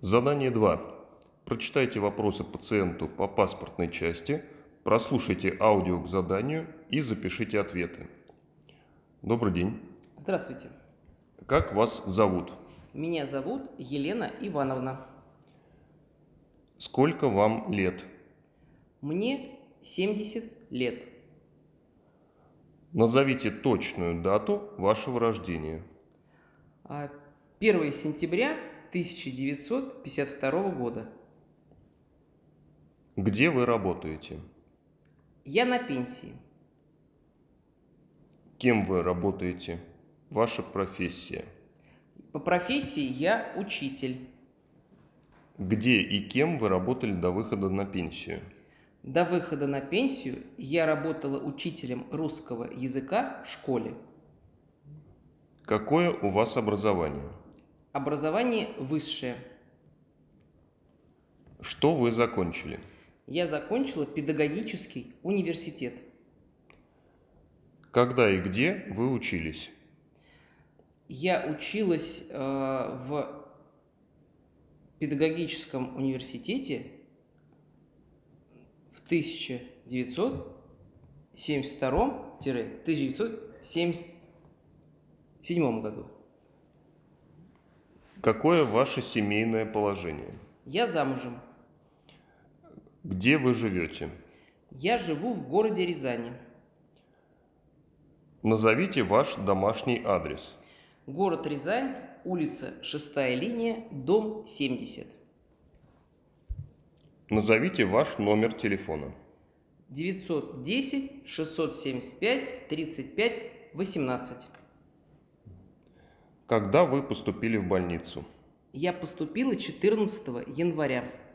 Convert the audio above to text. Задание 2. Прочитайте вопросы пациенту по паспортной части, прослушайте аудио к заданию и запишите ответы. Добрый день. Здравствуйте. Как вас зовут? Меня зовут Елена Ивановна. Сколько вам лет? Мне 70 лет. Назовите точную дату вашего рождения. А, 1 сентября 1952 года. Где вы работаете? Я на пенсии. Кем вы работаете? Ваша профессия. По профессии я учитель. Где и кем вы работали до выхода на пенсию? До выхода на пенсию я работала учителем русского языка в школе. Какое у вас образование? Образование высшее. Что вы закончили? Я закончила педагогический университет. Когда и где вы учились? Я училась э, в педагогическом университете в 1972-1977 году. Какое ваше семейное положение? Я замужем. Где вы живете? Я живу в городе Рязани. Назовите ваш домашний адрес. Город Рязань, улица 6 линия, дом 70. Назовите ваш номер телефона. 910 675 35 18. Когда вы поступили в больницу? Я поступила 14 января.